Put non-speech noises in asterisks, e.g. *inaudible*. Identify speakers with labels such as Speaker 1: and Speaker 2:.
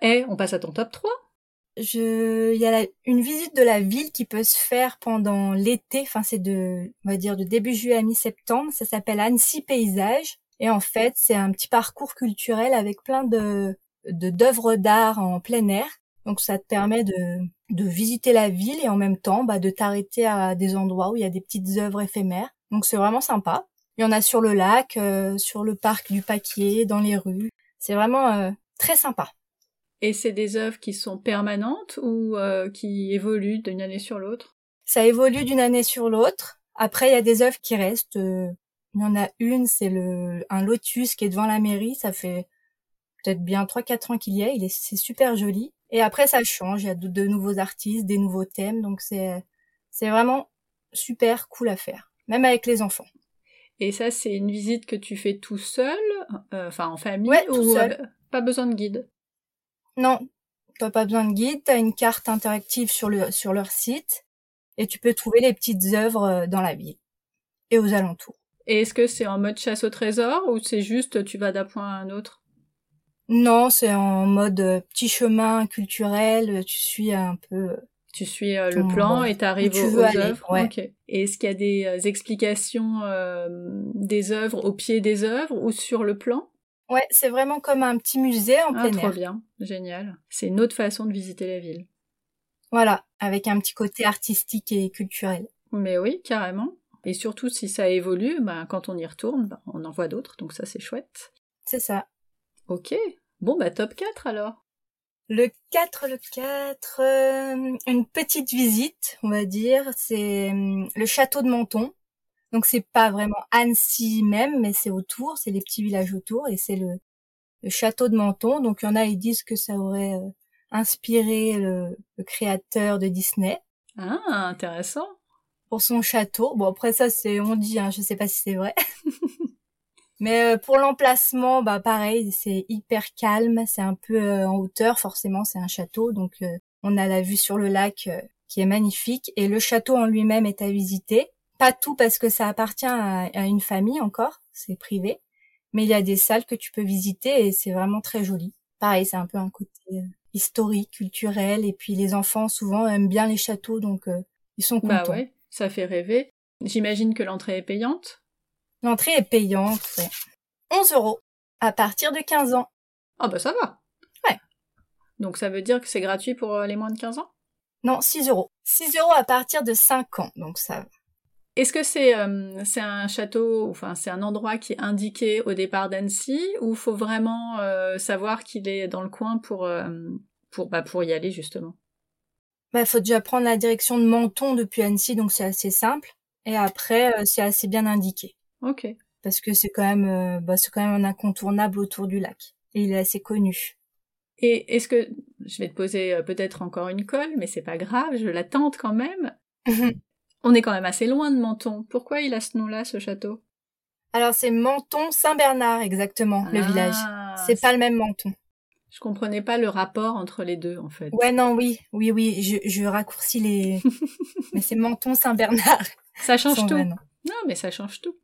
Speaker 1: Eh, on passe à ton top 3
Speaker 2: je il y a la, une visite de la ville qui peut se faire pendant l'été enfin c'est de on va dire de début juillet à mi-septembre ça s'appelle Annecy Paysage et en fait c'est un petit parcours culturel avec plein de de d'œuvres d'art en plein air donc ça te permet de de visiter la ville et en même temps bah, de t'arrêter à des endroits où il y a des petites œuvres éphémères donc c'est vraiment sympa il y en a sur le lac euh, sur le parc du Paquier dans les rues c'est vraiment euh, très sympa
Speaker 1: et c'est des œuvres qui sont permanentes ou euh, qui évoluent d'une année sur l'autre
Speaker 2: Ça évolue d'une année sur l'autre. Après, il y a des œuvres qui restent. Euh, Il y en a une, c'est le un lotus qui est devant la mairie. Ça fait peut-être bien 3-4 ans qu'il y a. Il est c'est super joli. Et après, ça change. Il y a de, de nouveaux artistes, des nouveaux thèmes. Donc c'est c'est vraiment super cool à faire, même avec les enfants.
Speaker 1: Et ça, c'est une visite que tu fais tout seul, euh, enfin en famille
Speaker 2: Ouais, tout
Speaker 1: ou
Speaker 2: seul.
Speaker 1: euh, pas besoin de guide.
Speaker 2: Non, t'as pas besoin de guide, t'as une carte interactive sur, le, sur leur site et tu peux trouver les petites œuvres euh, dans la ville et aux alentours.
Speaker 1: Et est-ce que c'est en mode chasse au trésor ou c'est juste tu vas d'un point à un autre
Speaker 2: Non, c'est en mode euh, petit chemin culturel, euh, tu suis un peu... euh,
Speaker 1: Tu suis euh, le
Speaker 2: Ton-
Speaker 1: plan et t'arrives
Speaker 2: où tu
Speaker 1: aux,
Speaker 2: veux
Speaker 1: aux
Speaker 2: aller,
Speaker 1: œuvres.
Speaker 2: ouais.
Speaker 1: Ok. Et est-ce qu'il y a des euh, explications euh, des œuvres au pied des œuvres ou sur le plan
Speaker 2: Ouais, c'est vraiment comme un petit musée en
Speaker 1: Ah,
Speaker 2: plein
Speaker 1: trop
Speaker 2: air.
Speaker 1: bien, génial. C'est une autre façon de visiter la ville.
Speaker 2: Voilà, avec un petit côté artistique et culturel.
Speaker 1: Mais oui, carrément. Et surtout si ça évolue, ben, quand on y retourne, ben, on en voit d'autres, donc ça c'est chouette.
Speaker 2: C'est ça.
Speaker 1: Ok. Bon, bah top 4 alors.
Speaker 2: Le 4, le 4, euh, une petite visite, on va dire, c'est euh, le château de Menton. Donc c'est pas vraiment Annecy même, mais c'est autour, c'est les petits villages autour et c'est le, le château de Menton. Donc il y en a, ils disent que ça aurait euh, inspiré le, le créateur de Disney
Speaker 1: Ah, intéressant.
Speaker 2: pour son château. Bon après ça c'est on dit, hein, je sais pas si c'est vrai. *laughs* mais euh, pour l'emplacement, bah pareil, c'est hyper calme, c'est un peu euh, en hauteur, forcément c'est un château, donc euh, on a la vue sur le lac euh, qui est magnifique et le château en lui-même est à visiter. Pas tout parce que ça appartient à, à une famille encore, c'est privé, mais il y a des salles que tu peux visiter et c'est vraiment très joli. Pareil, c'est un peu un côté euh,
Speaker 1: Mmh.
Speaker 2: historique, culturel et puis les enfants souvent aiment bien les châteaux donc euh, ils sont contents.
Speaker 1: Bah ouais, ça fait rêver. J'imagine que l'entrée est payante.
Speaker 2: L'entrée est payante, ouais. 11 euros à partir de 15 ans.
Speaker 1: Ah bah ça va.
Speaker 2: Ouais.
Speaker 1: Donc ça veut dire que c'est gratuit pour euh, les moins de 15 ans
Speaker 2: Non, 6 euros. 6 euros à partir de 5 ans, donc ça.
Speaker 1: Est-ce que c'est euh, c'est un château, enfin c'est un endroit qui est indiqué au départ d'Annecy ou faut vraiment euh, savoir qu'il est dans le coin pour euh, pour bah, pour y aller justement
Speaker 2: Bah, faut déjà prendre la direction de Menton depuis Annecy, donc c'est assez simple. Et après, euh, c'est assez bien indiqué.
Speaker 1: Ok.
Speaker 2: Parce que c'est quand même, euh, bah, c'est quand même un incontournable autour du lac. Et il est assez connu. *laughs*
Speaker 1: Et est-ce que je vais te poser euh, peut-être encore une colle, mais c'est pas grave, je la tente quand même. On est quand même assez loin de Menton. Pourquoi il a ce nom-là, ce château
Speaker 2: Alors, c'est Menton Saint-Bernard, exactement, le
Speaker 1: Ah,
Speaker 2: village. C'est pas le même Menton.
Speaker 1: Je comprenais pas le rapport entre les deux en fait.
Speaker 2: Ouais, non, oui, oui, oui, je,
Speaker 1: *laughs*
Speaker 2: je raccourcis les, mais c'est Menton Saint-Bernard.
Speaker 1: Ça change
Speaker 2: son
Speaker 1: tout.
Speaker 2: vrai nom.
Speaker 1: Non, mais ça change tout.